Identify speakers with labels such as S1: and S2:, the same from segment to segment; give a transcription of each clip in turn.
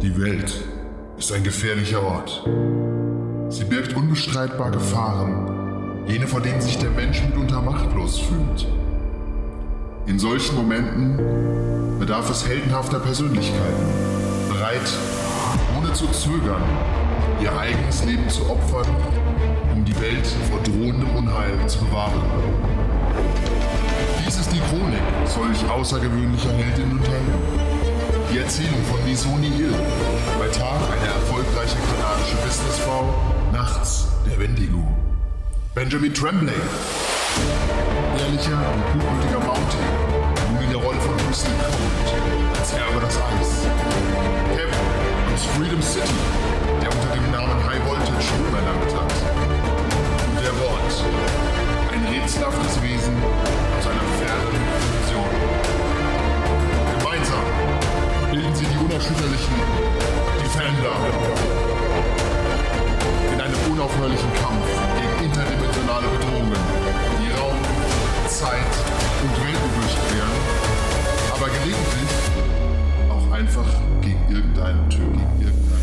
S1: Die Welt ist ein gefährlicher Ort. Sie birgt unbestreitbar Gefahren, jene, vor denen sich der Mensch mitunter machtlos fühlt. In solchen Momenten bedarf es heldenhafter Persönlichkeiten, bereit, ohne zu zögern, ihr eigenes Leben zu opfern, um die Welt vor drohendem Unheil zu bewahren. Dies ist die Chronik solch außergewöhnlicher Heldinnen und Helden. Die Erzählung von Nisoni Hill, bei Tag eine erfolgreiche kanadische Businessfrau, nachts der Wendigo. Benjamin Tremblay, ehrlicher und gutmütiger Mountain, nun in der Rolle von Crystal Cold, als Herr über das Eis. Kevin aus Freedom City, der unter dem Namen High Voltage Ruhm erlangt hat. Und der Wort, ein rätselhaftes Wesen aus einer fernen Funktion. Gemeinsam bilden sie die unerschütterlichen Defender. In einem unaufhörlichen Kampf gegen interdimensionale Bedrohungen, die Raum, Zeit und Welten durchqueren, aber gelegentlich auch einfach gegen irgendeinen Tür, gegen irgendeinen.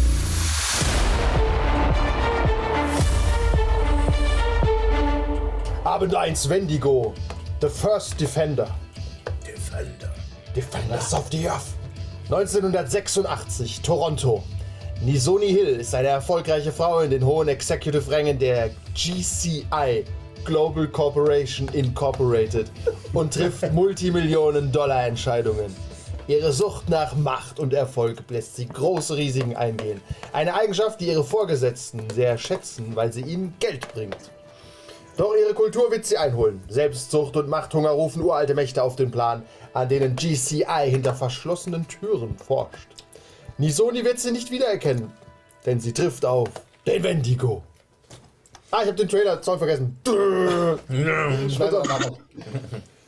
S2: Abend 1 Wendigo, The First Defender,
S3: Defender.
S2: Defenders of the Earth. 1986, Toronto. Nisoni Hill ist eine erfolgreiche Frau in den hohen Executive-Rängen der GCI, Global Corporation Incorporated, und trifft Multimillionen-Dollar-Entscheidungen. Ihre Sucht nach Macht und Erfolg lässt sie große Risiken eingehen. Eine Eigenschaft, die ihre Vorgesetzten sehr schätzen, weil sie ihnen Geld bringt. Doch ihre Kultur wird sie einholen. Selbstsucht und Machthunger rufen uralte Mächte auf den Plan, an denen GCI hinter verschlossenen Türen forscht. Nisoni wird sie nicht wiedererkennen, denn sie trifft auf den Wendigo. Ah, ich habe den Trailer Zoll vergessen. Schneiden wir nachher.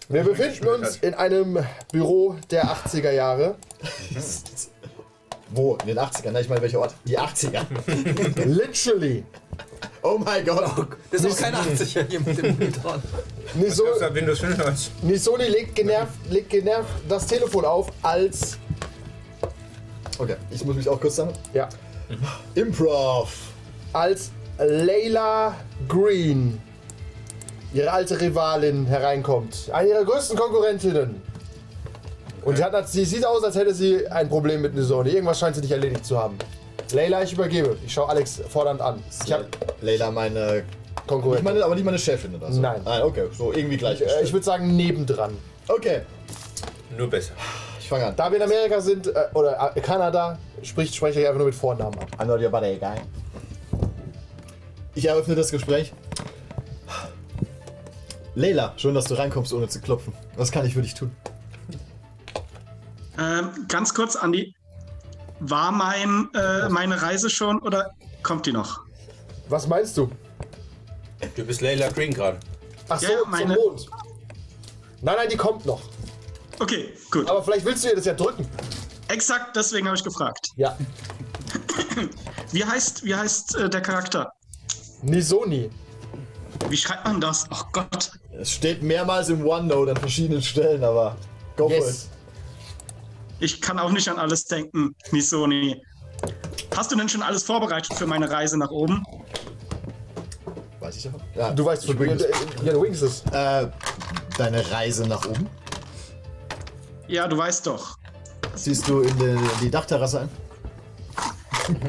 S2: Wir befinden uns in einem Büro der 80er Jahre.
S4: Wo? In den 80ern? Na, ich meine, welcher Ort? Die 80er.
S2: Literally.
S4: Oh mein Gott.
S5: Das ist auch kein 80er hier mit dem Monitor.
S2: Niso
S3: Das war Windows 95.
S2: Nisoni legt genervt, legt genervt das Telefon auf, als.
S4: Okay, ich muss mich auch kurz sammeln.
S2: Ja.
S4: Improv.
S2: als Layla Green, ihre alte Rivalin, hereinkommt. Eine ihrer größten Konkurrentinnen. Und sie, hat, sie sieht aus, als hätte sie ein Problem mit Nisoni. Irgendwas scheint sie nicht erledigt zu haben. Layla, ich übergebe. Ich schaue Alex fordernd an. Ich habe
S4: Leila, meine. Ich
S2: Konkurrentin.
S4: meine, aber nicht meine Chefin oder so.
S2: Nein.
S4: Nein, okay, so irgendwie gleich.
S2: äh, ich würde sagen, nebendran.
S4: okay,
S3: Nur besser.
S4: ich fange an.
S2: Da wir in Amerika sind, äh, oder äh, Kanada, spricht, spreche ich einfach nur mit Vornamen ab.
S4: I'm not your buddy, guy. Ich eröffne das Gespräch. Leila, schön, dass du reinkommst, ohne zu klopfen. Was kann ich für dich tun?
S6: Ähm, ganz kurz, Andi. War mein, äh, meine Reise schon oder kommt die noch?
S2: Was meinst du?
S3: Du bist Layla Green gerade.
S2: Ach so,
S6: Ja, meine-
S2: zum Mond. Nein, nein, die kommt noch.
S6: Okay, gut.
S2: Aber vielleicht willst du ihr das ja drücken.
S6: Exakt, deswegen habe ich gefragt.
S2: Ja.
S6: Wie heißt, wie heißt äh, der Charakter?
S2: Nisoni.
S6: Wie schreibt man das? Oh Gott.
S4: Es steht mehrmals im OneNote an verschiedenen Stellen, aber go
S2: Yes.
S6: Ich kann auch nicht an alles denken, Nisoni. Hast du denn schon alles vorbereitet für meine Reise nach oben?
S4: for it. Weiß ich davon? Ja,
S2: Du weißt,
S4: ich
S2: wo
S4: bring
S2: Wings.
S4: das.
S2: Ja, du Wings ist.
S4: Äh, deine Reise nach oben
S6: Ja, du weißt doch.
S4: ziehst du in die, die Dachterrasse ein.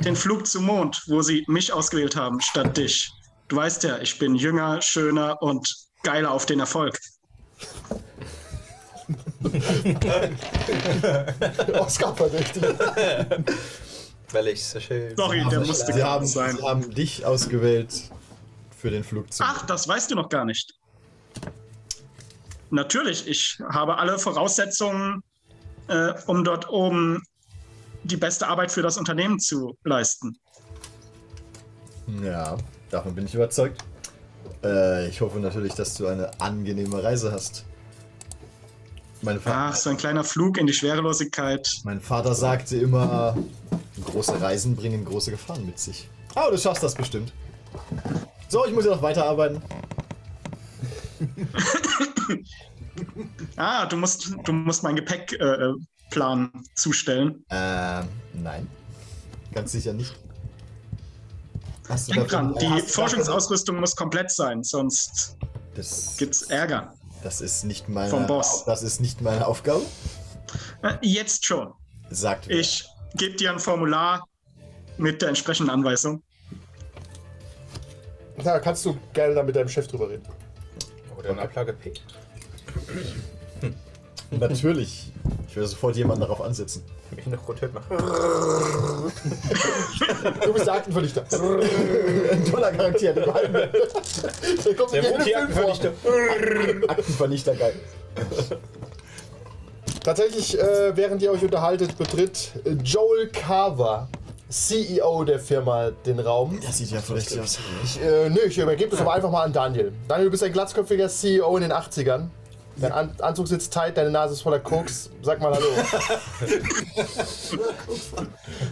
S6: Den Flug zum Mond, wo sie mich ausgewählt haben, statt dich. Du weißt ja, ich bin jünger, schöner und geiler auf den Erfolg.
S2: Oscar verdächtig.
S3: Weil ich so schön.
S6: Sorry, der musste
S4: sie, haben,
S6: gerade sein.
S4: sie haben dich ausgewählt für den Flug zum.
S6: Ach, das weißt du noch gar nicht. Natürlich, ich habe alle Voraussetzungen, äh, um dort oben die beste Arbeit für das Unternehmen zu leisten.
S4: Ja, davon bin ich überzeugt. Äh, ich hoffe natürlich, dass du eine angenehme Reise hast. Mein, Fa
S6: Ach, so ein kleiner Flug in die Schwerelosigkeit.
S4: mein Vater sagte immer, große Reisen bringen große Gefahren mit sich. Aber du schaffst das bestimmt. So, ich muss ja noch weiterarbeiten.
S6: Ah, du musst, du musst mein Gepäckplan äh, Plan äh, zustellen.
S4: Ähm, nein. Ganz sicher nicht. Hast
S6: Denk dran,
S4: davon-
S6: die
S4: hast du
S6: Forschungsausrüstung muss komplett sein, sonst
S4: davon- Das,
S6: gibt's Ärger.
S4: das ist nicht meine.
S6: Vom Boss.
S4: Das ist nicht meine Aufgabe.
S6: Äh, Jetzt schon.
S4: Sagt wer.
S6: Ich gebe dir ein Formular mit der entsprechenden Anweisung.
S2: Na, kannst du gerne dann mit deinem Chef drüber reden.
S3: Oder eine Ablage P.
S4: Natürlich. Ich werde sofort jemanden darauf ansetzen.
S3: Im Hintergrund hört man.
S2: Du bist der Aktenvernichter.
S4: Ein toller Charakter, der behalten wir. Der kommt
S3: Der
S4: in jedem Film vor.
S3: Multi-Aktenvernichter.
S4: Aktenvernichter, geil.
S2: Tatsächlich, äh, während ihr euch unterhaltet, betritt äh, Joel Carver, CEO der Firma, den Raum.
S4: Das sieht ja verdächtig aus.
S2: Ich, äh, nö, ich übergebe das aber einfach mal an Daniel. Daniel, du bist ein glatzköpfiger CEO in den 80ern. Dein An Anzug sitzt tight, deine Nase ist voller Koks. Sag mal Hallo.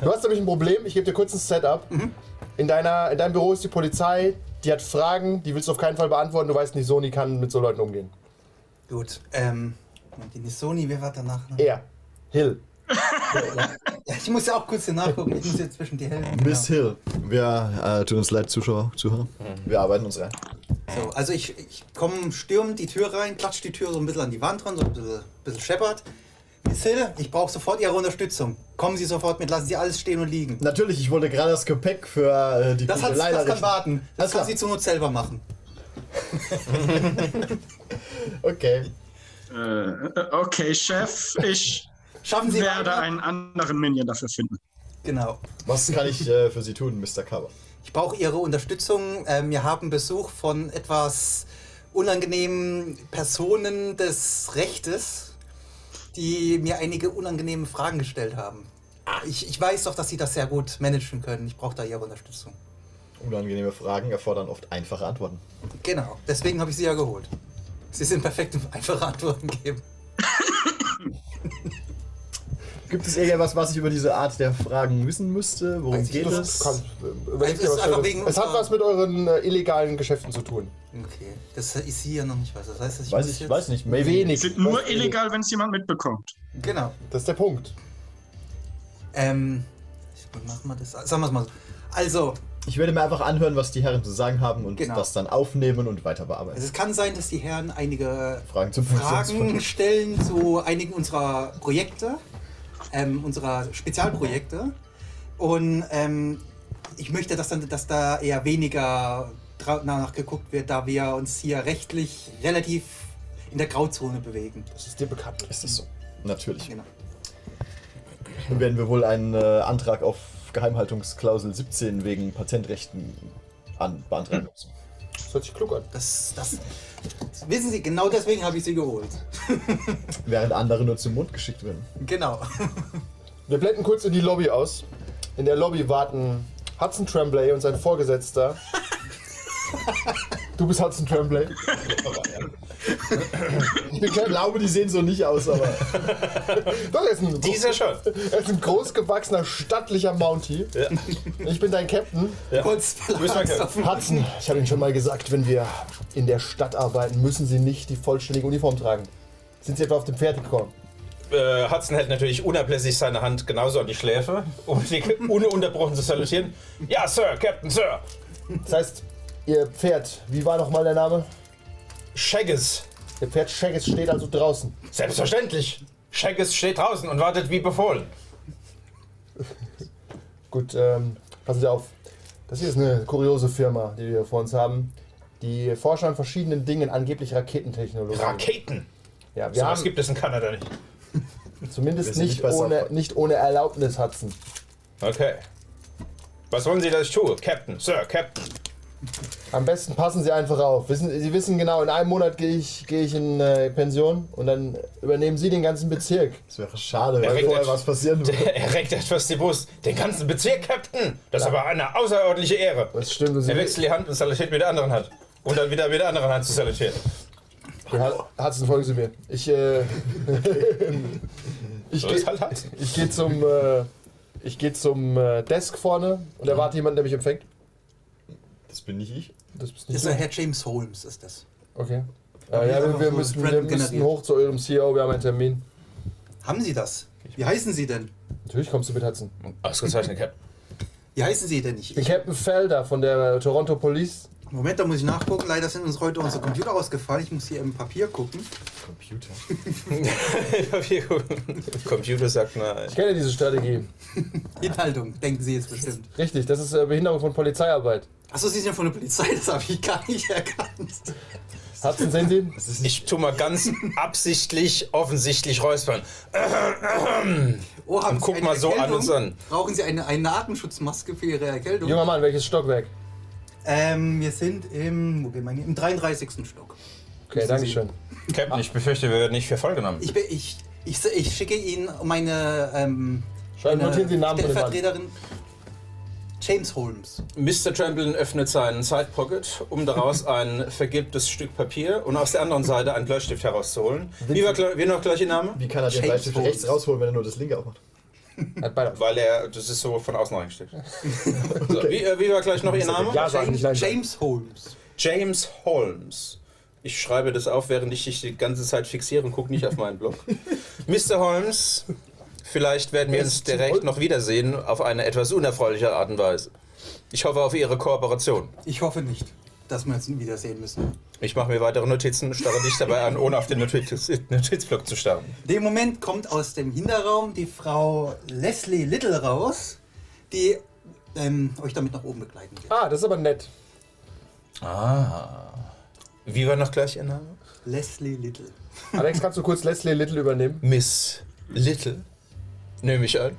S2: du hast nämlich ein Problem. Ich gebe dir kurz ein Setup.
S5: Mhm.
S2: In, deiner, in deinem Büro ist die Polizei. Die hat Fragen, die willst du auf keinen Fall beantworten. Du weißt nicht, Sony kann mit so Leuten umgehen.
S5: Gut, ähm, und die Sony, wer war danach? Ne?
S2: Er. Hill.
S5: Ja, ich muss ja auch kurz hier nachgucken, ich muss jetzt zwischen die Hälften.
S4: Miss Hill. Wir äh, tun uns leid, Zuschauer, Zuhörer.
S5: Mhm.
S4: Wir arbeiten uns rein.
S5: So, also ich, ich komme, stürm die Tür rein, klatsch die Tür so ein bisschen an die Wand ran, so ein bisschen, bisschen scheppert. Miss Hill, ich brauche sofort Ihre Unterstützung. Kommen Sie sofort mit, lassen Sie alles stehen und liegen.
S4: Natürlich, ich wollte gerade das Gepäck für äh, die
S5: Das,
S4: gute
S5: hat,
S4: Leila
S5: das kann
S4: richten.
S5: warten.
S4: Alles
S5: Das
S4: klar.
S5: kann sie zur Not selber machen.
S4: Okay.
S6: Äh, äh, okay, Chef, ich
S5: Schaffen Sie ne?
S6: werde
S5: weiter.
S6: einen anderen Minion dafür finden.
S5: Genau.
S4: Was kann ich äh, für Sie tun, Mr. Cover?
S5: Ich brauche Ihre Unterstützung. Ähm, wir haben Besuch von etwas unangenehmen Personen des Rechtes, die mir einige unangenehme Fragen gestellt haben. Ich, ich weiß doch, dass Sie das sehr gut managen können. Ich brauche da Ihre Unterstützung.
S4: Unangenehme Fragen erfordern oft einfache Antworten.
S5: Genau, deswegen habe ich Sie ja geholt. Sie sind perfekt im einfache Antworten geben.
S4: Gibt es irgendwas, was ich über diese Art der Fragen wissen müsste? Worum
S5: Weiß ich
S4: geht
S5: nicht.
S4: es?
S2: Kommt, überleg
S5: Es
S2: dir
S5: ist
S2: was
S5: einfach
S2: Schönes.
S5: wegen
S2: es hat
S5: unserer-
S2: was mit euren äh, illegalen Geschäften zu tun.
S5: Okay, das ist sie ja noch nicht weiß. Das heißt, dass ich
S4: Weiß
S5: muss
S4: ich,
S5: jetzt-
S4: weiß nicht. Maybe.
S2: Wenig.
S6: Sind nur
S2: Was-
S6: illegal, wenn es jemand mitbekommt.
S5: Genau.
S2: Das ist der Punkt.
S5: Ähm, ich mach mal das. Sagen wir es mal so. Also,
S4: Ich werde mir einfach anhören, was die Herren zu sagen haben und
S5: Genau.
S4: das dann aufnehmen und weiter
S5: also
S4: bearbeiten.
S5: es kann sein, dass die Herren einige
S4: Fragen zum Funktionsverhalten.
S5: Fragen stellen zu einigen unserer Projekte, ähm, unserer Spezialprojekte. Und ähm, ich möchte, dass, dann, dass da eher weniger dra- danach geguckt wird, da wir uns hier rechtlich relativ in der Grauzone bewegen.
S2: Das ist dir bekannt.
S4: Ist das so? Natürlich.
S5: Genau.
S4: Dann werden wir wohl einen äh, Antrag auf Geheimhaltungsklausel 17 wegen Patentrechten an beantragen müssen.
S2: Das hört sich klug an.
S5: Das, das, das wissen Sie, genau deswegen habe ich Sie geholt.
S4: Während andere nur zum Mund geschickt werden.
S5: Genau.
S2: Wir blenden kurz in die Lobby aus. In der Lobby warten Hudson Tremblay und sein Vorgesetzter. du bist Hudson Tremblay.
S4: Ich glaube, die sehen so nicht aus, aber.
S2: Doch, er ist ein,
S3: Dieser schon.
S2: er ist ein großgewachsener, stattlicher Mountie. Ich bin dein Captain.
S5: Kurz
S3: Müssen wir kämpfen.
S2: Hudson, ich habe Ihnen schon mal gesagt, wenn wir in der Stadt arbeiten, müssen Sie nicht die vollständige Uniform tragen. Sind Sie etwa auf dem Pferd gekommen?
S3: Äh, Hudson hält natürlich unablässig seine Hand genauso an die Schläfe, um die ununterbrochen zu salutieren. Ja, Sir, Captain, Sir.
S2: Das heißt, Ihr Pferd, wie war nochmal der Name?
S3: Shagges.
S2: Ihr Pferd Shaggy steht also draußen.
S3: Selbstverständlich. Shagges steht draußen und wartet wie befohlen.
S2: Gut, ähm, passen Sie auf. Das hier ist eine kuriose Firma, die wir vor uns haben. Die forschen an verschiedenen Dingen, angeblich Raketentechnologie.
S3: Raketen.
S2: Ja, wir
S3: Ja, das
S2: haben
S3: gibt es in Kanada nicht.
S2: zumindest
S4: sind
S2: nicht
S4: nicht bei
S2: ohne,
S4: Southpaw.
S2: nicht ohne Erlaubnis, Hudson.
S3: Okay. Was wollen Sie, dass ich tue? Captain, Sir, Captain.
S2: Am besten passen Sie einfach auf. Wissen, Sie wissen genau, in einem Monat gehe ich, gehe ich in äh, Pension und dann übernehmen Sie den ganzen Bezirk.
S4: Es wäre schade,
S3: Der
S4: weil
S3: Ring
S4: vorher
S3: der-
S4: was passieren würde.
S3: Er reckt etwas die Brust. Den ganzen Bezirk, Captain. Das ist aber eine außerordentliche Ehre.
S2: Das stimmt. Und Sie,
S3: Er wechselt die Hand und salutiert mit der anderen Hand. Um dann wieder mit der anderen Hand zu salutieren.
S2: Ja, Hudson, folgen Sie mir. Ich, äh, ich
S3: So
S2: gehe
S3: ist halt Hudson.
S2: ich geh zum, äh, ich geh zum äh, Desk vorne und erwarte jemanden, der mich empfängt.
S4: Das bin nicht ich.
S2: Das bist
S5: Das
S2: nicht
S5: ist
S2: du.
S5: Herr James Holmes, ist das.
S2: Okay. Äh, ja, wir, wir, müssen, wir
S5: Random
S2: müssen
S5: generiert.
S2: hoch zu eurem CEO, wir haben einen Termin.
S5: Haben Sie das? Wie heißen Sie denn?
S2: Natürlich kommst du mit, Hudson.
S3: Ausgezeichnet, Captain.
S5: Wie heißen sie denn nicht?
S2: Die Captain Felder von der Toronto Police.
S5: Moment, da muss ich nachgucken. Leider sind uns heute unsere Computer ausgefallen. Ich muss hier im Papier gucken.
S4: Computer.
S3: Computer sagt nein.
S2: Ich kenne diese Strategie.
S5: Hinhaltung, denken Sie jetzt bestimmt.
S2: Richtig, das ist äh, Behinderung von Polizeiarbeit.
S5: Achso, Sie sind ja von der Polizei, das habe ich gar nicht erkannt.
S2: Hudson, sehen Sie?
S3: Ich tu mal ganz absichtlich, offensichtlich räuspern.
S5: Oh, haben
S3: Und guck
S5: eine
S3: mal so an
S5: Erkältung?
S3: uns an.
S5: Brauchen Sie eine, eine Atemschutzmaske für Ihre Erkältung?
S2: Junger Mann, welches Stockwerk?
S5: Ähm, wir sind im, wo gehen wir, hier? im 33. Stock.
S2: Okay, danke schön.
S3: Captain, ich befürchte, wir werden nicht für voll genommen.
S5: Ich, bin- ich, ich, ich schicke Ihnen meine, ähm,
S2: Schreiben,
S5: meine
S2: notieren Sie den Namen von dem Mann.
S5: Stellvertreterin James Holmes.
S3: Mr. Tramplin öffnet seinen Sidepocket, um daraus ein vergilbtes Stück Papier und aus der anderen Seite einen Bleistift herauszuholen. Wie war gl- wie noch gleich Ihr Name?
S4: Wie kann er den
S5: James
S4: Bleistift
S5: Bond.
S4: rechts rausholen, wenn er nur das linke aufmacht?
S2: Hat beide.
S3: Weil er, das ist so von außen reingesteckt. So, wie, äh, wie war gleich noch Ihr Name?
S2: Ja, sagen, nicht
S5: James,
S2: nein. sagen.
S5: James Holmes.
S3: James Holmes. Ich schreibe das auf, während ich dich die ganze Zeit fixiere und gucke nicht auf meinen Blog. Mr. Holmes, vielleicht werden wir uns direkt noch wiedersehen auf eine etwas unerfreuliche Art und Weise. Ich hoffe auf Ihre Kooperation.
S5: Ich hoffe nicht, dass wir uns wiedersehen müssen.
S3: Ich mache mir weitere Notizen, starre dich dabei an, ohne auf den Notiz Notizblock zu starren.
S5: In dem Moment kommt aus dem Hinterraum die Frau Leslie Little raus, die ähm, euch damit nach oben begleiten wird.
S2: Ah, das ist aber nett.
S3: Wie war noch gleich Ihr Name?
S5: Leslie Little.
S2: Alex, kannst du kurz Leslie Little übernehmen?
S3: Miss Little. Nehme ich an.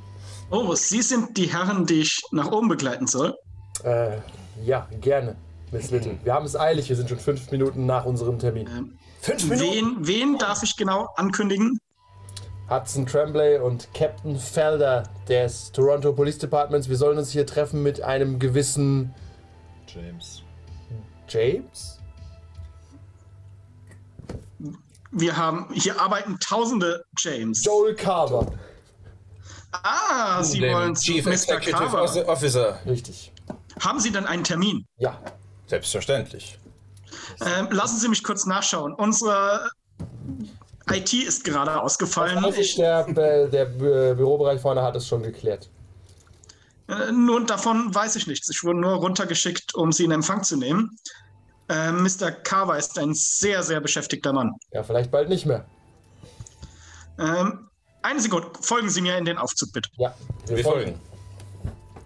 S6: Oh, Sie sind die Herren, die ich nach oben begleiten soll.
S2: Äh, ja, gerne, Miss Little. Wir haben es eilig, wir sind schon fünf Minuten nach unserem Termin.
S3: Fünf
S6: Wen, wen darf ich genau ankündigen?
S2: Hudson Tremblay und Captain Felder des Toronto Police Departments, wir sollen uns hier treffen mit einem gewissen
S4: James.
S2: James?
S6: Wir haben, hier arbeiten tausende James.
S2: Joel Carver.
S6: Ah, Sie wollen
S3: Dem
S6: zu
S3: Chief
S6: Mr.
S3: Executive
S6: Carver.
S3: Officer.
S2: Richtig.
S6: Haben Sie denn einen Termin?
S2: Ja.
S3: Selbstverständlich.
S6: Ähm, lassen Sie mich kurz nachschauen. Unsere IT ist gerade ausgefallen.
S2: Also
S6: Ich,
S2: der, äh, der Bü- Bürobereich vorne hat es schon geklärt.
S6: äh, nun, davon weiß ich nichts. Ich wurde nur runtergeschickt, um Sie in Empfang zu nehmen. Ähm, Mr. Carver ist ein sehr, sehr beschäftigter Mann.
S2: Ja, vielleicht bald nicht mehr.
S6: Ähm, eine Sekunde, folgen Sie mir in den Aufzug bitte.
S2: Ja,
S3: Wir folgen.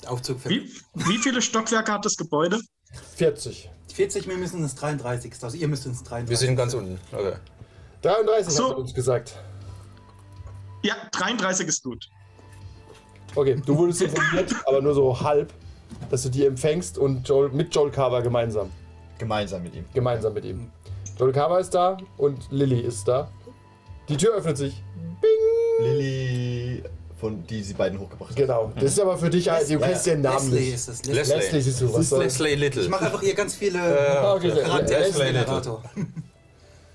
S5: Aufzug für
S6: Wie, wie viele Stockwerke hat das Gebäude?
S2: 40.
S5: 40, wir müssen ins 33. Also ihr müsst ins 33.
S3: Wir sind ganz unten. Okay.
S2: 33
S6: So.
S2: hat man uns gesagt.
S6: Ja, 33 ist gut.
S2: Okay, du wurdest informiert, aber nur so halb, dass du die empfängst und Joel, mit Joel Carver gemeinsam.
S4: Gemeinsam mit ihm.
S2: Gemeinsam mit ihm. Joel Carver ist da und Lilly ist da. Die Tür öffnet sich. Bing!
S4: Lilly, von die sie beiden hochgebracht haben.
S2: Genau. Das ist aber für dich, also, du
S4: Ja,
S2: kennst den Namen
S5: Leslie
S2: nicht.
S5: ist es.
S3: Leslie.
S5: Leslie.
S2: Leslie siehst du, was
S4: ist
S2: soll
S3: Leslie Little.
S5: Ich mache einfach hier ganz viele
S3: Äh,
S2: Ah, okay, Le-
S5: Charakter-
S2: Leslie
S3: Leslie
S5: Generator.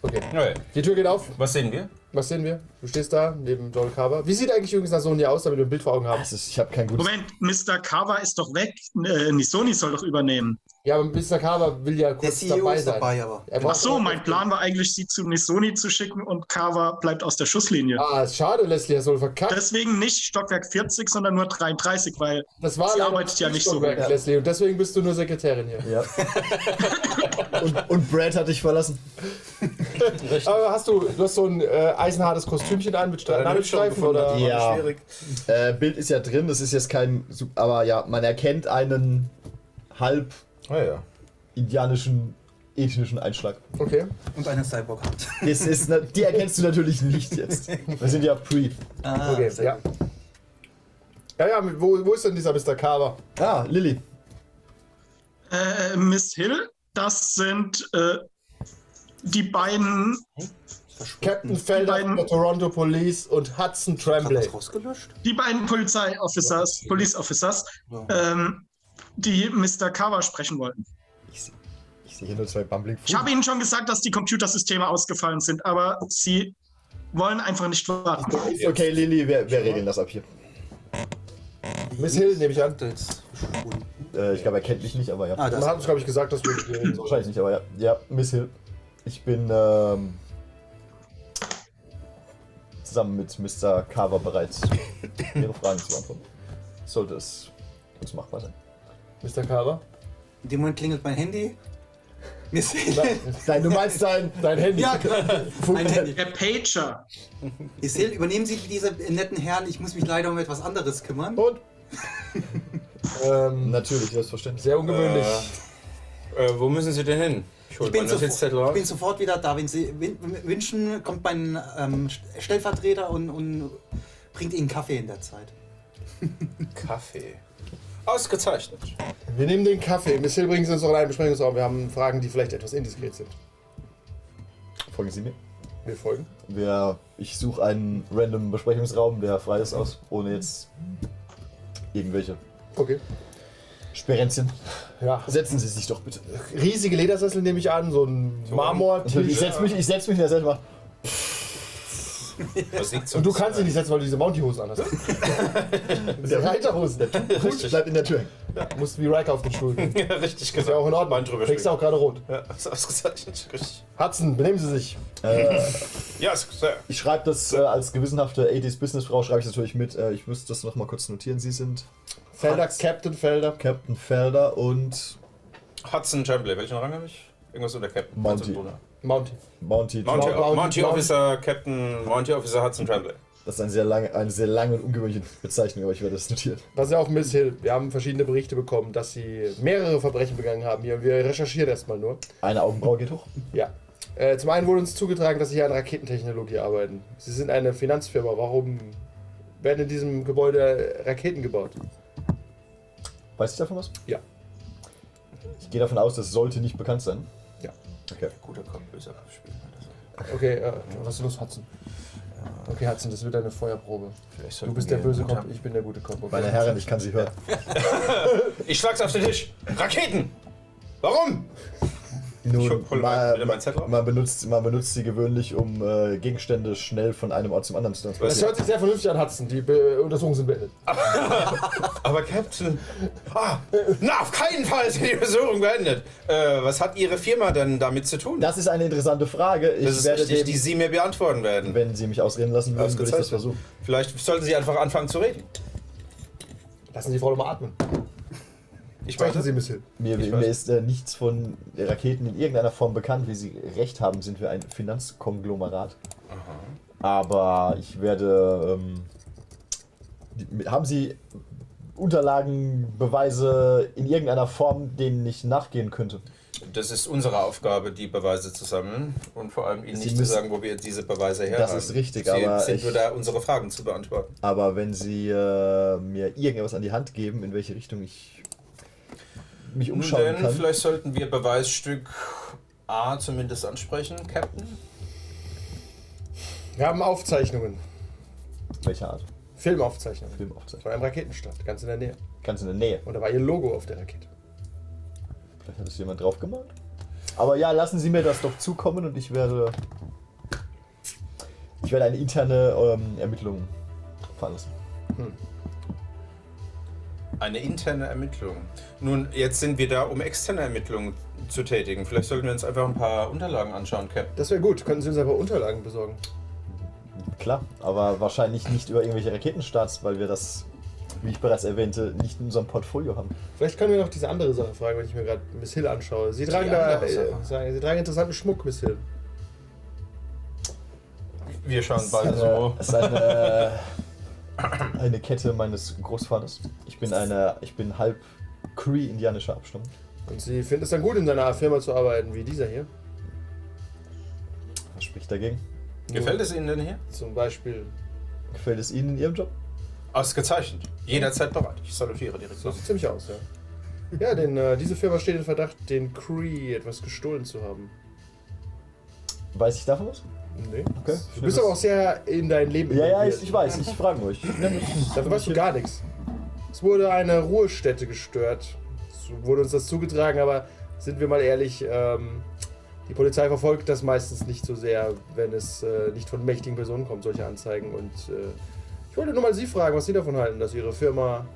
S2: Okay.
S3: Okay.
S2: Die Tür geht auf.
S3: Was sehen wir?
S2: Was sehen wir? Du stehst da neben Joel Carver. Wie sieht eigentlich übrigens Sohn hier aus, damit wir ein Bild vor Augen haben?
S5: Also-
S4: Das ist, ich habe kein gutes.
S6: Moment, Mr. Carver ist doch weg. Äh, Nisoni soll doch übernehmen.
S2: Ja, aber Mr. Carver will ja
S5: Der
S2: kurz
S5: CEO
S2: dabei
S5: ist
S2: sein.
S5: dabei, aber.
S2: Er braucht-
S6: Ach so, mein Plan war eigentlich, sie zu Nisoni zu schicken und Carver bleibt aus der Schusslinie.
S2: Ah, ist schade, Leslie, hast du wohl verkackt.
S6: Deswegen nicht Stockwerk 40, sondern nur 33, weil
S2: Das war
S6: Sie
S2: leider
S6: arbeitet ja nicht so
S2: Stockwerk,
S4: gut.
S2: Leslie, und deswegen bist du nur Sekretärin hier.
S4: Ja. und, und Brad hat dich verlassen.
S2: Aber hast du, du hast so ein äh, eisenhartes Kostümchen an mit Stre- Nadelstreifen oder?
S4: Ja. Äh, Bild ist ja drin, das ist jetzt kein. Sup- Aber ja, man erkennt einen halb
S3: Ah ja.
S4: indianischen, ethnischen Einschlag.
S2: Okay.
S5: Und eine Cyborg hat.
S4: Das ist, na- die erkennst du natürlich nicht jetzt. Wir sind ja pre.
S5: Ah,
S2: Okay,
S5: sehr
S2: ja.
S5: gut.
S2: Ja, ja, wo, wo ist denn dieser Mr. Carver?
S4: Ah, Lilly.
S6: äh, Miss Hill, das sind äh, die beiden.
S2: Captain Felder
S6: Die beiden-
S2: von der Toronto Police und Hudson
S5: Hat
S2: Tremblay.
S5: das rausgelöscht?
S6: Die beiden Polizei-Officers, Police Officers,
S5: Ja.
S6: ähm, die Mr. Carver sprechen wollten.
S4: Ich sehe hier nur zwei Bumbling
S6: Ich habe Ihnen schon gesagt, dass die Computersysteme ausgefallen sind, aber Sie wollen einfach nicht warten.
S4: Ist okay, Lilly, wir, wir regeln das ab hier.
S2: Miss Hill, nehme ich an.
S5: Das
S4: Äh, ich glaube, er kennt mich nicht, aber ja.
S5: ah,
S2: Man hat
S5: das
S2: uns, glaube ich, gesagt, dass äh, wir mit dir reden sollen.
S4: Wahrscheinlich nicht, aber ja. Ja, Miss Hill. Ich bin ähm, zusammen mit Mr. Carver bereits, Ihre Fragen zu beantworten. Sollte es muss machbar sein.
S2: Mr. Carver?
S5: In dem Moment klingelt mein Handy. Mir ist
S4: Nein, du meinst dein, dein Handy.
S5: ja, gerade. Mein Handy.
S6: Der Pager.
S5: Isil, übernehmen Sie diese netten Herren. Ich muss mich leider um etwas anderes kümmern.
S2: Und? ähm,
S4: Natürlich, selbstverständlich.
S2: sehr ungewöhnlich.
S3: Äh, wo müssen Sie denn hin? hol
S5: Ich bin,
S3: meinen
S5: sofort,
S3: Notizzettel
S5: ich
S3: raus.
S5: bin sofort wieder da. Wenn Sie win- wünschen, kommt mein ähm, Stellvertreter und, und bringt Ihnen Kaffee in der Zeit.
S3: Kaffee. Ausgezeichnet.
S2: Wir nehmen den Kaffee. Miss Hill, bringen Sie uns noch in einen Besprechungsraum. Wir haben Fragen, die vielleicht etwas indiskret sind.
S4: Folgen Sie mir.
S2: Wir folgen.
S4: Wir, ich suche einen random Besprechungsraum, der frei ist, aus, ohne jetzt irgendwelche
S2: Okay.
S4: Sperenzien.
S2: Ja.
S4: Setzen Sie sich doch bitte.
S2: Riesige Ledersessel nehme ich an, so ein Marmortisch.
S4: Ich setze mich, ich setz mich in der Seite und mach-
S3: Was liegt
S2: Und du kannst dich nicht setzen, weil du diese Mounty-Hosen anhast. diese Reiterhosen.
S4: Gut, bleib in der Tür.
S2: Du musst wie Riker auf den Stuhl gehen.
S3: Ja, richtig
S2: Ist ja
S3: gesagt.
S2: auch in Ordnung.
S3: Bein drüber
S2: Kriegst du
S3: schwingen.
S2: auch gerade rot.
S3: Ja, ist ausgezeichnet. Richtig.
S2: Hudson, benehmen Sie sich.
S3: Ja, Sir.
S4: Ich schreibe das äh, als gewissenhafte 80s Businessfrau, schreibe ich natürlich mit. Äh, ich müsste das nochmal kurz notieren. Sie sind
S2: Felder, Captain Felder.
S4: Captain Felder und
S3: Hudson Chamberlain. Welchen Rang habe ich? Irgendwas unter Captain.
S4: Mounty.
S3: Hudson Brunner.
S2: Mounty.
S4: Bounty.
S3: Mounty,
S2: Mount- Mount-
S3: Mounty
S2: Mount-
S3: Officer, Captain Mounty Officer Hudson Chamberlain.
S4: Das ist eine sehr lange, eine sehr lange und ungewöhnliche Bezeichnung, aber ich werde das notieren.
S2: Was ja auch Miss Hill. Wir haben verschiedene Berichte bekommen, dass sie mehrere Verbrechen begangen haben hier. Und wir recherchieren erstmal nur.
S4: Eine Augenbraue geht hoch.
S2: Ja. Äh, zum einen wurde uns zugetragen, dass Sie hier an Raketentechnologie arbeiten. Sie sind eine Finanzfirma. Warum werden in diesem Gebäude Raketen gebaut?
S4: Weiß ich davon was?
S2: Ja.
S4: Ich gehe davon aus, das sollte nicht bekannt sein.
S2: Ja.
S4: Okay.
S3: Guter Kopf, böser Kopf spielen.
S2: Okay, äh, was ist los, Hudson? Äh, Okay, Hudson, das wird eine Feuerprobe. Du bist der böse Kopf, ich bin der gute Kopf. Okay.
S4: Meine Herren, ich kann sie hören.
S3: Ich schlag's auf den Tisch. Raketen! Warum?
S4: Nun,
S3: hol mal wieder
S4: man,
S3: meinen Zettel auf.
S4: man, man benutzt, man benutzt sie gewöhnlich, um äh, Gegenstände schnell von einem Ort zum anderen zu transportieren.
S2: Das hört sich sehr vernünftig an, Hudson. Die Be Untersuchungen sind beendet.
S3: Aber Captain. Ah, na, auf keinen Fall ist die Untersuchung beendet. Äh, was hat Ihre Firma denn damit zu tun?
S4: Das ist eine interessante Frage. Ich
S3: Das ist
S4: werde
S3: richtig,
S4: dem,
S3: die Sie mir beantworten werden.
S4: wenn Sie mich ausreden lassen würden, würde ich das versuchen.
S3: Vielleicht sollten Sie einfach anfangen zu reden.
S2: Lassen Sie die Frau doch mal atmen.
S3: Ich
S2: Sprechen
S3: möchte
S2: Sie, Miss Hill.
S4: Mir,
S3: Ich
S4: mir
S3: weiß.
S4: ist äh, nichts von Raketen in irgendeiner Form bekannt. Wie Sie recht haben, sind wir ein Finanzkonglomerat. Aber ich werde. Ähm, die, haben Sie Unterlagen, Beweise in irgendeiner Form, denen ich nachgehen könnte?
S3: Das ist unsere Aufgabe, die Beweise zu sammeln und vor allem Ihnen
S4: Sie
S3: nicht zu
S4: müssen-
S3: sagen, wo wir diese Beweise her
S4: Das
S3: haben.
S4: ist richtig,
S3: Sie
S4: aber
S3: sind
S4: ich-
S3: nur da, unsere Fragen zu beantworten.
S4: Aber wenn Sie äh, mir irgendwas an die Hand geben, in welche Richtung ich mich
S3: Nun
S4: umschauen
S3: denn,
S4: kann.
S3: vielleicht sollten wir Beweisstück A zumindest ansprechen, Captain.
S2: Wir haben Aufzeichnungen.
S4: Welche Art?
S2: Filmaufzeichnungen.
S4: Filmaufzeichnung.
S2: Von einem Raketenstart, ganz in der Nähe.
S4: Ganz in der Nähe.
S2: Und da war ihr Logo auf der Rakete.
S4: Vielleicht hat es jemand drauf gemacht. Aber ja, lassen Sie mir das doch zukommen und ich werde. Ich werde eine interne ähm, Ermittlung veranlassen.
S3: Eine interne Ermittlung. Nun, jetzt sind wir da, um externe Ermittlungen zu tätigen. Vielleicht sollten wir uns einfach ein paar Unterlagen anschauen, Captain.
S2: Das wäre gut. Könnten Sie uns aber Unterlagen besorgen?
S4: Klar, aber wahrscheinlich nicht über irgendwelche Raketenstarts, weil wir das, wie ich bereits erwähnte, nicht in unserem Portfolio haben.
S2: Vielleicht können wir noch diese andere Sache fragen, wenn ich mir gerade Miss Hill anschaue. Sie tragen da,
S3: andere
S2: äh,
S3: Sache.
S2: sagen, Sie tragen interessanten Schmuck, Miss Hill.
S3: Wir schauen
S4: Eine,
S3: beide so.
S4: es ist eine, eine Kette meines Großvaters. Ich bin eine, ich bin halb Cree-indianischer Abstammung.
S2: Und Sie finden es dann gut, in seiner Firma zu arbeiten, wie dieser hier.
S4: Was spricht dagegen?
S3: Gefällt es Ihnen denn hier?
S2: Zum Beispiel,
S4: Gefällt es Ihnen in Ihrem Job?
S3: Ausgezeichnet. Jederzeit bereit. Ich salutiere direkt.
S2: so sieht es ziemlich aus, ja. Ja, denn äh, diese Firma steht in Verdacht, den Cree etwas gestohlen zu haben.
S4: Weiß ich davon was?
S2: Nee.
S4: Okay.
S2: Du bist aber auch sehr in dein Leben
S4: Ja, ja,
S2: involviert.
S4: ich, ich weiß, ich frage euch.
S2: Dafür weißt du gar nichts. Es wurde eine Ruhestätte gestört. Es wurde uns das zugetragen, aber sind wir mal ehrlich, ähm, die Polizei verfolgt das meistens nicht so sehr, wenn es äh, nicht von mächtigen Personen kommt, solche Anzeigen. Und äh, ich wollte nur mal Sie fragen, was Sie davon halten, dass Ihre Firma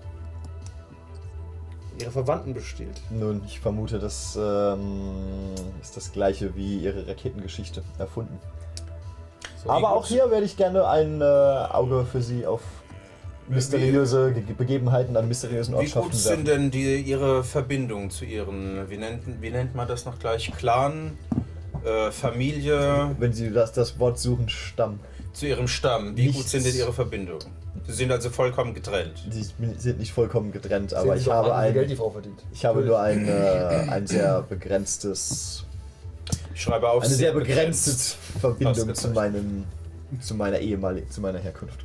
S2: Ihre Verwandten bestiehlt.
S4: Nun, ich vermute, das ähm, ist das gleiche wie ihre Raketengeschichte erfunden.
S3: So,
S4: Aber
S3: gut.
S4: auch hier werde ich gerne ein äh, Auge für sie auf mysteriöse Ge- Begebenheiten an mysteriösen
S3: Wie gut
S4: Ortschaften
S3: sind
S4: werfen.
S3: denn die, ihre Verbindung zu ihren, wie nennt, wie nennt man das noch gleich, Clan, äh, Familie,
S4: Wenn sie das, das Wort suchen, Stamm.
S3: zu ihrem Stamm? Wie gut
S4: Nichts.
S3: sind denn ihre Verbindungen? Sie sind also vollkommen getrennt.
S4: Die sind nicht vollkommen getrennt, aber
S2: Sehen
S4: ich
S2: Sie doch
S4: habe,
S2: an, wie viel Geld die
S4: ein,
S2: Frau verdient.
S4: ich habe nur ein, äh, ein sehr begrenztes,
S3: Ich schreibe auf.
S4: eine
S3: sie
S4: sehr
S3: sind
S4: begrenzte Verbindung zu,
S3: Ausgezeichnet.
S4: meinem, zu meiner ehemaligen, zu meiner Herkunft.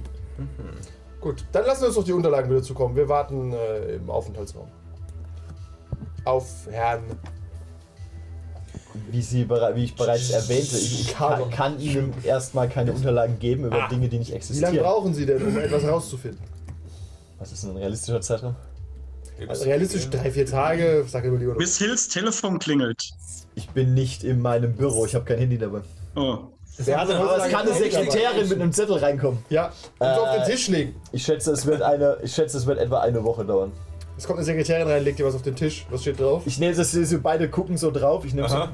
S2: Gut, dann lassen wir uns doch die Unterlagen wieder zukommen. Wir warten äh, im Aufenthaltsraum. Auf Herrn.
S4: Wie, sie, bere- wie ich bereits erwähnte, ich kann, Ah, kann Ihnen erstmal keine Unterlagen geben über Dinge, die nicht
S2: Wie lange
S4: existieren.
S2: brauchen Sie denn, um etwas herauszufinden?
S4: Was ist denn ein realistischer Zeitraum?
S2: Also
S4: äh,
S2: realistisch drei, vier Tage, sag ich mal lieber.
S6: Bis Hills Telefon klingelt.
S4: Ich bin nicht in meinem Büro, ich habe kein Handy dabei.
S6: Oh.
S2: Wer hat denn
S4: Aber es
S2: heutzutage
S4: kann eine
S2: ein Handy dabei?
S4: Sekretärin Äh, mit einem Zettel reinkommen.
S2: Ja, und so auf den Tisch legen.
S4: Ich schätze, es wird eine, ich schätze, es wird etwa eine Woche dauern.
S2: Es kommt eine Sekretärin rein, legt dir was auf den Tisch. Was steht drauf?
S4: Ich nehme das, Sie beide gucken so drauf. Ich nehme es.
S3: Aha.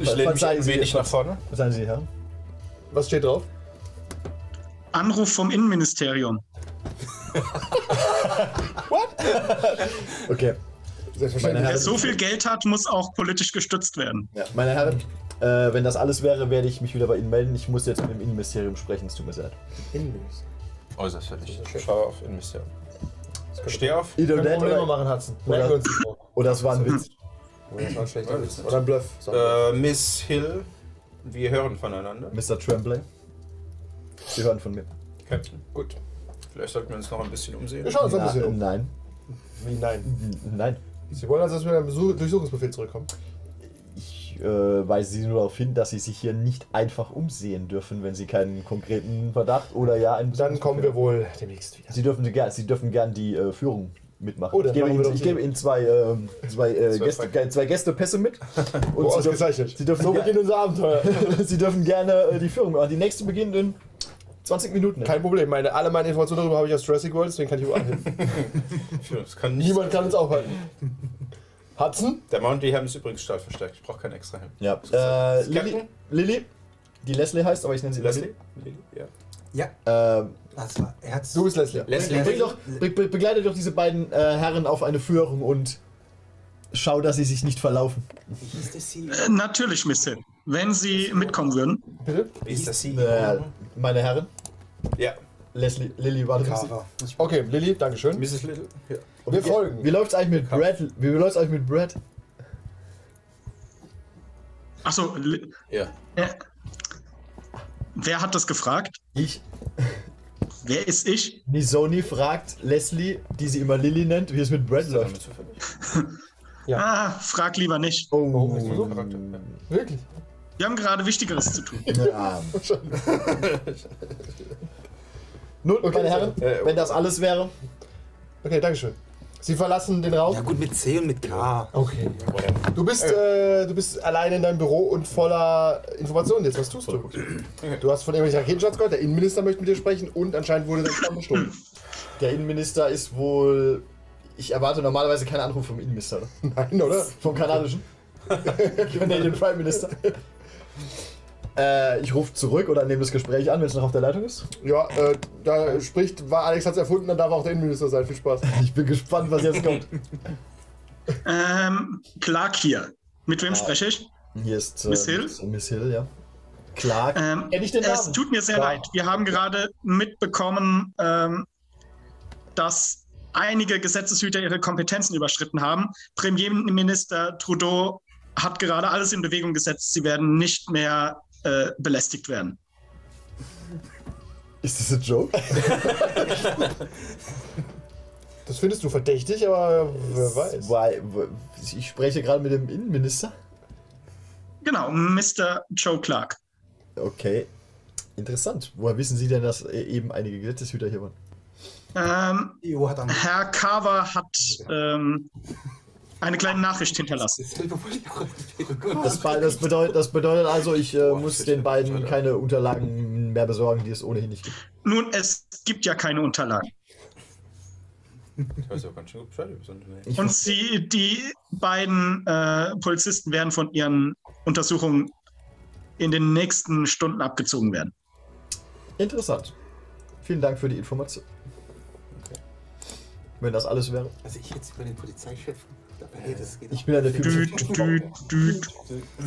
S3: Ich lehne mich
S4: Verzeihen
S3: ein
S4: Sie,
S3: wenig
S4: Ver-
S3: nach vorne.
S4: Was sagen Sie, Herr?
S2: Was steht drauf?
S6: Anruf vom Innenministerium.
S4: Okay.
S2: Selbstverständlich.
S4: Meine
S6: Wer so viel Geld hat, muss auch politisch gestützt werden.
S4: Ja, meine Herren, äh, wenn das alles wäre, werde ich mich wieder bei Ihnen melden. Ich muss jetzt mit dem Innenministerium sprechen, es tut mir sehr leid.
S2: Innenminister.
S3: Äußerst fertig. Ich schaue auf Investieren. Steh auf.
S4: Ihr
S2: Können Probleme
S4: oder,
S2: machen, Hudson.
S4: Oder-
S2: Merken wir uns das vor.
S4: oder es war ein Witz.
S2: Oder das war ein schlechter Witz. Oder ein Bluff. So.
S3: Äh, Miss Hill, wir hören voneinander.
S4: Mr. Tremblay. Sie hören von mir.
S3: Captain. Gut. Vielleicht sollten wir uns noch ein bisschen umsehen.
S2: Wir schauen uns ein bisschen um.
S4: äh, nein. Mhm.
S2: Wie nein?
S4: Nein.
S2: Sie wollen also, dass wir mit einem Besuch- Durchsuchungsbefehl zurückkommen.
S4: Ich äh, weise Sie nur darauf hin, dass Sie sich hier nicht einfach umsehen dürfen, wenn Sie keinen konkreten Verdacht oder ja einen
S2: Dann kommen wir wohl demnächst wieder.
S4: Sie dürfen, gern, Sie dürfen gern die äh, Führung mitmachen.
S2: Oh, dann
S4: ich gebe
S2: machen wir
S4: Ihnen,
S2: doch
S4: ich
S2: die-
S4: gebe Ihnen zwei, ähm, zwei, äh,
S3: Zwei
S4: Gäste,
S3: Franken.
S4: zwei Gästepässe mit. Und
S2: Oh,
S4: Sie, dürfen,
S2: ausgezeichnet.
S4: Sie dürfen
S2: so
S4: gerne-
S2: beginnt unser Abenteuer.
S4: Sie dürfen gerne äh, die Führung machen. Die nächste beginnt in 20 Minuten.
S2: Kein Problem. Meine, alle meine Informationen darüber habe ich aus Jurassic World, deswegen kann ich überall hin.
S3: Das kann nicht
S2: Niemand kann uns aufhalten. Hudson?
S3: Der Mount Helm ist übrigens stark verstärkt. Ich brauche keinen extra Helm.
S4: ja. äh, Lilly,
S3: Captain?
S4: Lilly, die Leslie heißt, aber ich nenne sie
S3: Leslie?
S4: Leslie.
S3: Lilly? Ja.
S5: Ja,
S4: Ähm,
S5: Äh, das war, er hat's.
S2: Du bist Leslie.
S3: Leslie.
S4: bring doch, be be begleite doch diese beiden äh, Herren auf eine Führung und schau, dass sie sich nicht verlaufen.
S5: Wie hieß das sie?
S6: Äh, natürlich, Miss Hill. Wenn Sie mitkommen würden.
S2: Bitte?
S3: Wie ist das sie?
S4: Äh, meine Herren,
S3: Ja.
S4: Leslie, Lilly, warte bis-
S5: Cover. Muss ich-
S2: Okay, Lilly, Dankeschön.
S3: Mrs. Little? Ja.
S2: Wir folgen.
S4: Wie läuft's eigentlich mit Brad? Wie läuft's eigentlich mit Brad?
S6: Achso,
S3: Ja.
S6: äh, wer hat das gefragt?
S4: Ich,
S6: Wer ist ich?
S4: Nisoni fragt Leslie, die sie immer Lilly nennt, wie es mit Brad
S3: Damit
S4: läuft.
S3: zufällig.
S6: Ah, frag lieber nicht.
S4: Oh,
S2: ist das so?
S3: Charakter. Ja.
S2: Wirklich?
S6: Wir haben gerade Wichtigeres zu tun.
S4: ja. Nun, meine Herren,
S3: Äh,
S4: wenn das alles wäre,
S2: Okay, Dankeschön. Sie verlassen den Raum.
S5: Ja gut, mit C und mit K.
S2: Okay. Du bist, äh, du bist allein in deinem Büro und voller Informationen jetzt. Was tust du? Du hast von irgendwelchen Raketenschatz gehört, der Innenminister möchte mit dir sprechen und anscheinend wurde dein Stamm bestohlen.
S4: der Innenminister ist wohl. Ich erwarte normalerweise keinen Anruf vom Innenminister. ne? oder?
S2: Nein, oder?
S4: Vom kanadischen. Canadian Prime Minister. Äh, ich rufe zurück oder nehme das Gespräch an, wenn es noch auf der Leitung ist.
S2: Ja, äh, da spricht, war Alex hat's erfunden, dann darf auch der Innenminister sein. Viel Spaß.
S4: Ich bin gespannt, was jetzt kommt.
S6: Ähm, Clark hier. Mit wem spreche ich?
S4: Hier ist äh,
S6: Miss Hill?
S4: Miss Hill, ja. Clark.
S6: Ähm,
S4: Kenn ich den
S6: es
S4: Namen?
S6: tut mir sehr
S4: Ja.
S6: leid. Wir haben gerade mitbekommen, ähm, dass einige Gesetzeshüter ihre Kompetenzen überschritten haben. Premierminister Trudeau hat gerade alles in Bewegung gesetzt. Sie werden nicht mehr äh, belästigt werden.
S4: Ist das ein Joke?
S2: Das findest du verdächtig, aber wer weiß.
S4: Weil, w- ich spreche gerade mit dem Innenminister.
S6: Genau, Mr. Joe Clark.
S4: Okay. Interessant. Woher wissen Sie denn, dass äh, eben einige Gesetzeshüter hier waren?
S6: Ähm,
S5: Die EU hat am
S6: Herr Carver hat ähm, eine kleine Nachricht hinterlassen.
S4: Das, be- das, bedeutet, das bedeutet also, ich äh, muss den beiden keine Unterlagen mehr besorgen, die es ohnehin nicht gibt.
S6: Nun, es gibt ja keine Unterlagen.
S3: Ich weiß auch ganz schön gut Bescheid über so eine Nähe.
S6: Und sie, die beiden äh, Polizisten werden von ihren Untersuchungen in den nächsten Stunden abgezogen werden.
S4: Interessant. Vielen Dank für die Information. Wenn das alles wäre.
S5: Also ich jetzt über den Polizeichef. Dabei, hey, das geht
S4: Ich bin eine
S6: Düt, düt, düt.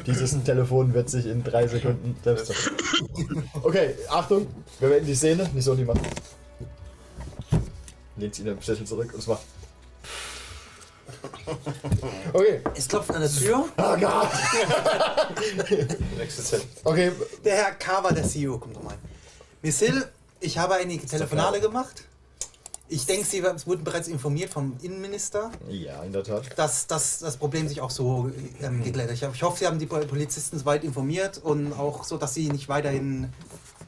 S4: Dieses Telefon wird sich in drei Sekunden selbst Okay, Achtung, wir beenden die Szene. Nicht so niemand. Lehnt ihn am Sessel zurück und es macht. Okay,
S5: Es klopft an der Tür.
S3: Nächste Zettel.
S4: okay.
S5: Der Herr Kawa, der CEO, kommt nochmal. Miss Hill, ich habe einige Telefonate gemacht. Ich denke, Sie wurden bereits informiert vom Innenminister,
S4: Ja, in der Tat.
S5: dass, dass das Problem sich auch so ähm, geklärt hat. Ich hab- Ich hoffe, Sie haben die Pol- Polizisten soweit informiert und auch so, dass Sie nicht weiterhin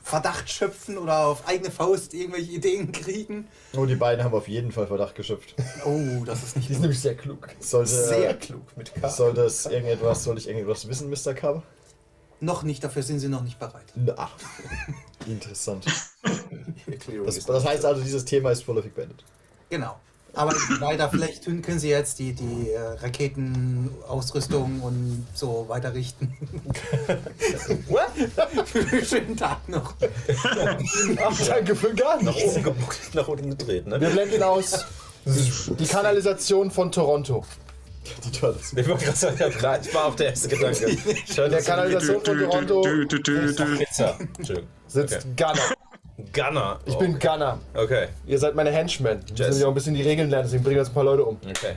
S5: Verdacht schöpfen oder auf eigene Faust irgendwelche Ideen kriegen.
S4: Oh, die beiden haben auf jeden Fall Verdacht geschöpft.
S5: Oh, das ist nicht
S2: Die ist nämlich sehr klug.
S4: Sollte,
S5: Sehr
S3: klug mit K.
S4: soll das irgendetwas, soll ich irgendetwas wissen, Mr. Cover?
S5: Noch nicht, dafür sind Sie noch nicht bereit.
S4: Na. Interessant.
S3: Erklärung
S4: Das,
S3: ist
S4: das heißt also, dieses Thema ist vorläufig beendet.
S5: Genau. Aber weiter, vielleicht tun- können Sie jetzt die, die äh, Raketenausrüstung und so weiter richten. What? Schönen Tag noch.
S2: Danke für gar
S3: nach oben gebuckt, nach unten gedreht,
S2: Wir
S3: ne?
S2: blenden ihn aus. Die Kanalisation von Toronto.
S4: Die Turtles.
S3: Ich war, grad, sagen, ich war auf der erste Gedanke. Schön,
S2: Der
S3: dass du
S2: Kanalisation von Toronto
S3: die Pizza. Entschuldigung.
S2: sitzt
S3: Okay.
S2: Gunner.
S3: Gunner.
S2: Ich bin Gunner.
S3: Okay,
S2: Ihr seid meine Henchmen. Wir
S3: Jess.
S2: müssen ja auch ein bisschen die Regeln lernen, deswegen bringen wir jetzt ein paar Leute um.
S3: okay.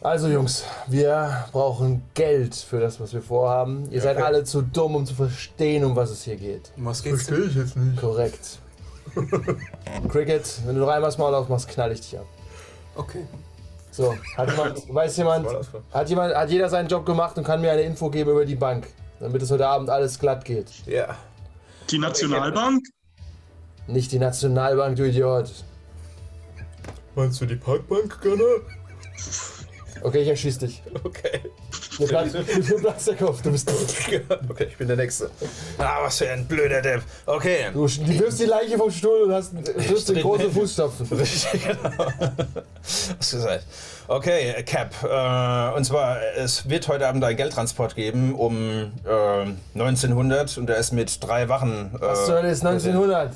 S2: Also Jungs, wir brauchen Geld für das, was wir vorhaben. Ihr seid
S3: Okay.
S2: alle zu dumm, um zu verstehen, um was es hier geht.
S5: Um Was geht's denn?
S7: Verstehe ich jetzt nicht.
S2: Korrekt. Cricket, wenn du noch einmal das Maul aufmachst, knall ich dich ab.
S5: Okay.
S2: So, hat jemand, weiß jemand,
S3: Maul aufmachen.
S2: hat jemand, hat jeder seinen Job gemacht und kann mir eine Info geben über die Bank, damit es heute Abend alles glatt geht.
S3: Ja.
S6: Die Nationalbank?
S2: Nicht die Nationalbank, du Idiot.
S7: Meinst du die Parkbank, Gunner?
S2: Okay, ich erschieß dich.
S3: Okay.
S2: Mir platzt, mir platzt der Kopf, du bist tot.
S3: Okay, ich bin der Nächste. Ah, was für ein blöder Depp. Okay.
S2: Du sch- du wirfst die Leiche vom Stuhl und hast wirfst in große Fußstapfen.
S3: Richtig, genau. Hast gesagt. Okay, äh, Cap. Äh, und zwar, es wird heute Abend einen Geldtransport geben um äh, 1900 und er ist mit drei Wachen. Äh,
S2: Was zur Hölle ist 1900?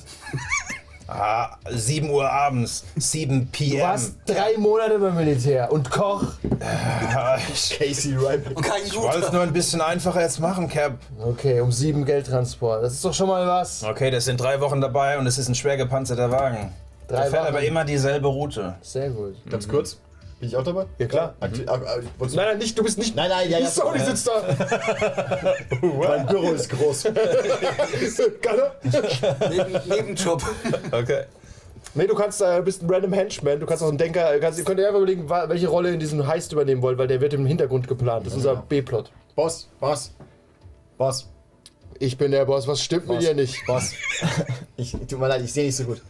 S3: Ah, 7 Uhr abends. 7 p.m.
S2: Du warst drei Monate beim Militär und Koch.
S3: Ah, ich
S4: Casey Ryback.
S5: Und kein
S3: ich wollte es
S5: guter.
S3: nur ein bisschen einfacher jetzt machen, Cap.
S2: Okay, um sieben Geldtransport. Das ist doch schon mal was.
S3: Okay, das sind drei Wochen dabei und es ist ein schwer gepanzerter Wagen.
S2: Drei
S3: der fährt
S2: Wochen.
S3: aber immer dieselbe Route.
S2: Sehr gut.
S4: Ganz kurz. Bin ich auch dabei? Ja,
S2: klar.
S4: Akti ah, ah, wolltest du-
S2: Nein, nein, nicht, du bist nicht.
S4: Nein, nein, ja,
S2: die
S4: ja.
S2: Sony
S4: Äh,
S2: sitzt da.
S4: Mein Büro ist groß.
S2: Galle.
S5: Neben, Nebenjob.
S3: Okay.
S2: Nee, du kannst, äh, bist ein random Henchman, du kannst auch ein Denker, kannst, ihr könnt ja einfach überlegen, wa- welche Rolle in diesem Heist übernehmen wollt, weil der wird im Hintergrund geplant. Das ist unser B-Plot.
S4: Boss, Boss. Boss,
S2: Ich bin der Boss, was stimmt mit
S4: Boss.
S2: dir nicht?
S4: Boss. Ich, tut mir leid, ich sehe nicht so gut.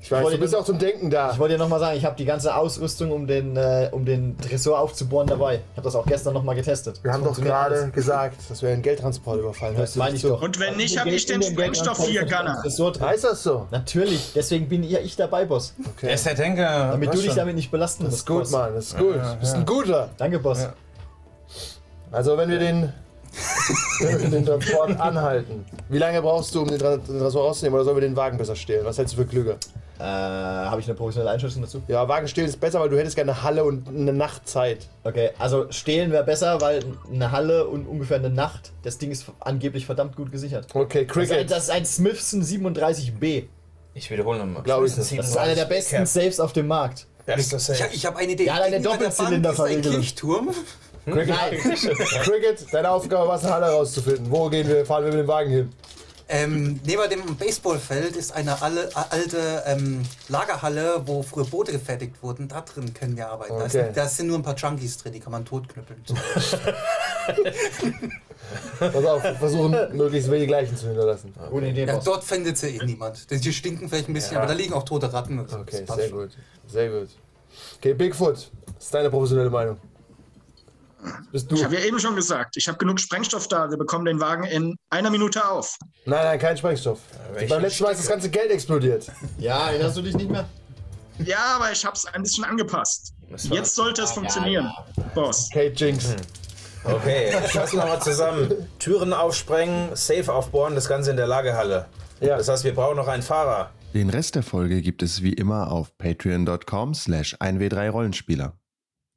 S2: Ich weiß,
S4: wollte-
S2: du bist auch zum Denken da.
S4: Ich wollte dir nochmal sagen, ich habe die ganze Ausrüstung, um den, äh, um den Tresor aufzubohren, dabei. Ich habe das auch gestern nochmal getestet.
S2: Wir haben
S4: Das
S2: doch
S4: funktioniert
S2: gerade
S4: alles.
S2: gesagt, dass wir einen Geldtransport überfallen. Hörst du
S4: Meine
S2: nicht
S4: ich
S2: zu?
S4: doch.
S6: Und wenn
S4: Also,
S6: nicht,
S4: wir
S6: hab
S4: gehen
S6: ich
S4: in
S6: den Sprengstoff
S4: Gang-
S6: hier,
S4: Gang-
S6: Gunner.
S4: Tresor drin.
S2: Heißt das so?
S4: Natürlich, deswegen bin ja ich dabei, Boss.
S3: Er
S2: Okay.
S3: ist der Denker.
S4: Damit
S3: Weißt
S4: du dich
S3: schon.
S4: damit nicht belasten
S2: Das ist
S4: musst.
S2: gut,
S4: Boss.
S2: Mann, das ist gut. Du bist ein guter.
S4: Danke, Boss.
S2: Also wenn wir den, wenn wir den Transport anhalten, wie lange brauchst du, um den Tra- den Tresor rauszunehmen oder sollen wir den Wagen besser stehlen? Was hältst du für klüger?
S4: Äh, habe ich eine professionelle Einschätzung dazu?
S2: Ja, Wagen stehlen ist besser, weil du hättest gerne eine Halle und eine Nachtzeit.
S4: Okay, also stehlen wäre besser, weil eine Halle und ungefähr eine Nacht, das Ding ist angeblich verdammt gut gesichert.
S2: Okay,
S4: Das ist ein,
S2: Cricket.
S4: das ist ein Smithson 37B.
S3: Ich wiederhole nochmal.
S2: Glaube ich nicht.
S4: Das ist einer der besten Saves auf dem Markt.
S3: Das ist das
S5: Ich, hab-
S3: safe.
S5: ich habe eine Idee.
S4: Ja, deine
S5: Gegenüber der Bank
S4: Doppelzylinderverriegelung.
S5: ist ein Kirchturm.
S4: Hm?
S2: Cricket, deine Aufgabe war es, eine Halle rauszufinden. Wo gehen wir, fahren wir mit dem Wagen hin?
S5: Ähm, neben dem Baseballfeld ist eine alle, alte ähm, Lagerhalle, wo früher Boote gefertigt wurden. Da drin können wir arbeiten. Da,
S2: Okay.
S5: ist, da sind nur ein paar Junkies drin, die kann man totknüppeln.
S2: Pass auf, wir versuchen möglichst wenig Leichen zu hinterlassen.
S4: Gute Idee,
S5: Ja,
S4: Boss.
S5: dort findet sie eh niemand. Die stinken vielleicht ein bisschen, aber da liegen auch tote Ratten. Das
S2: Okay,
S5: passt
S2: sehr
S5: schon.
S2: gut. Sehr gut. Okay, Bigfoot, das ist deine professionelle Meinung. Das bist du.
S6: Ich habe
S2: Nein,
S6: ja eben schon gesagt, ich habe genug Sprengstoff da. Wir bekommen den Wagen in einer Minute auf.
S2: nein, kein Sprengstoff.
S3: welche
S2: Beim letzten Mal ist das ganze Geld explodiert.
S4: Ja, erinnerst du dich nicht mehr?
S6: Ja, aber ich habe es ein bisschen angepasst.
S3: Das war-
S6: Jetzt sollte es funktionieren, Boss.
S2: Okay, Jinx.
S3: Okay, fassen wir mal zusammen. Türen aufsprengen, Safe aufbohren, das Ganze in der Lagerhalle.
S2: Ja.
S3: Das heißt, wir brauchen noch einen Fahrer.
S8: Den Rest der Folge gibt es wie immer auf patreon.com slash 1w3rollenspieler.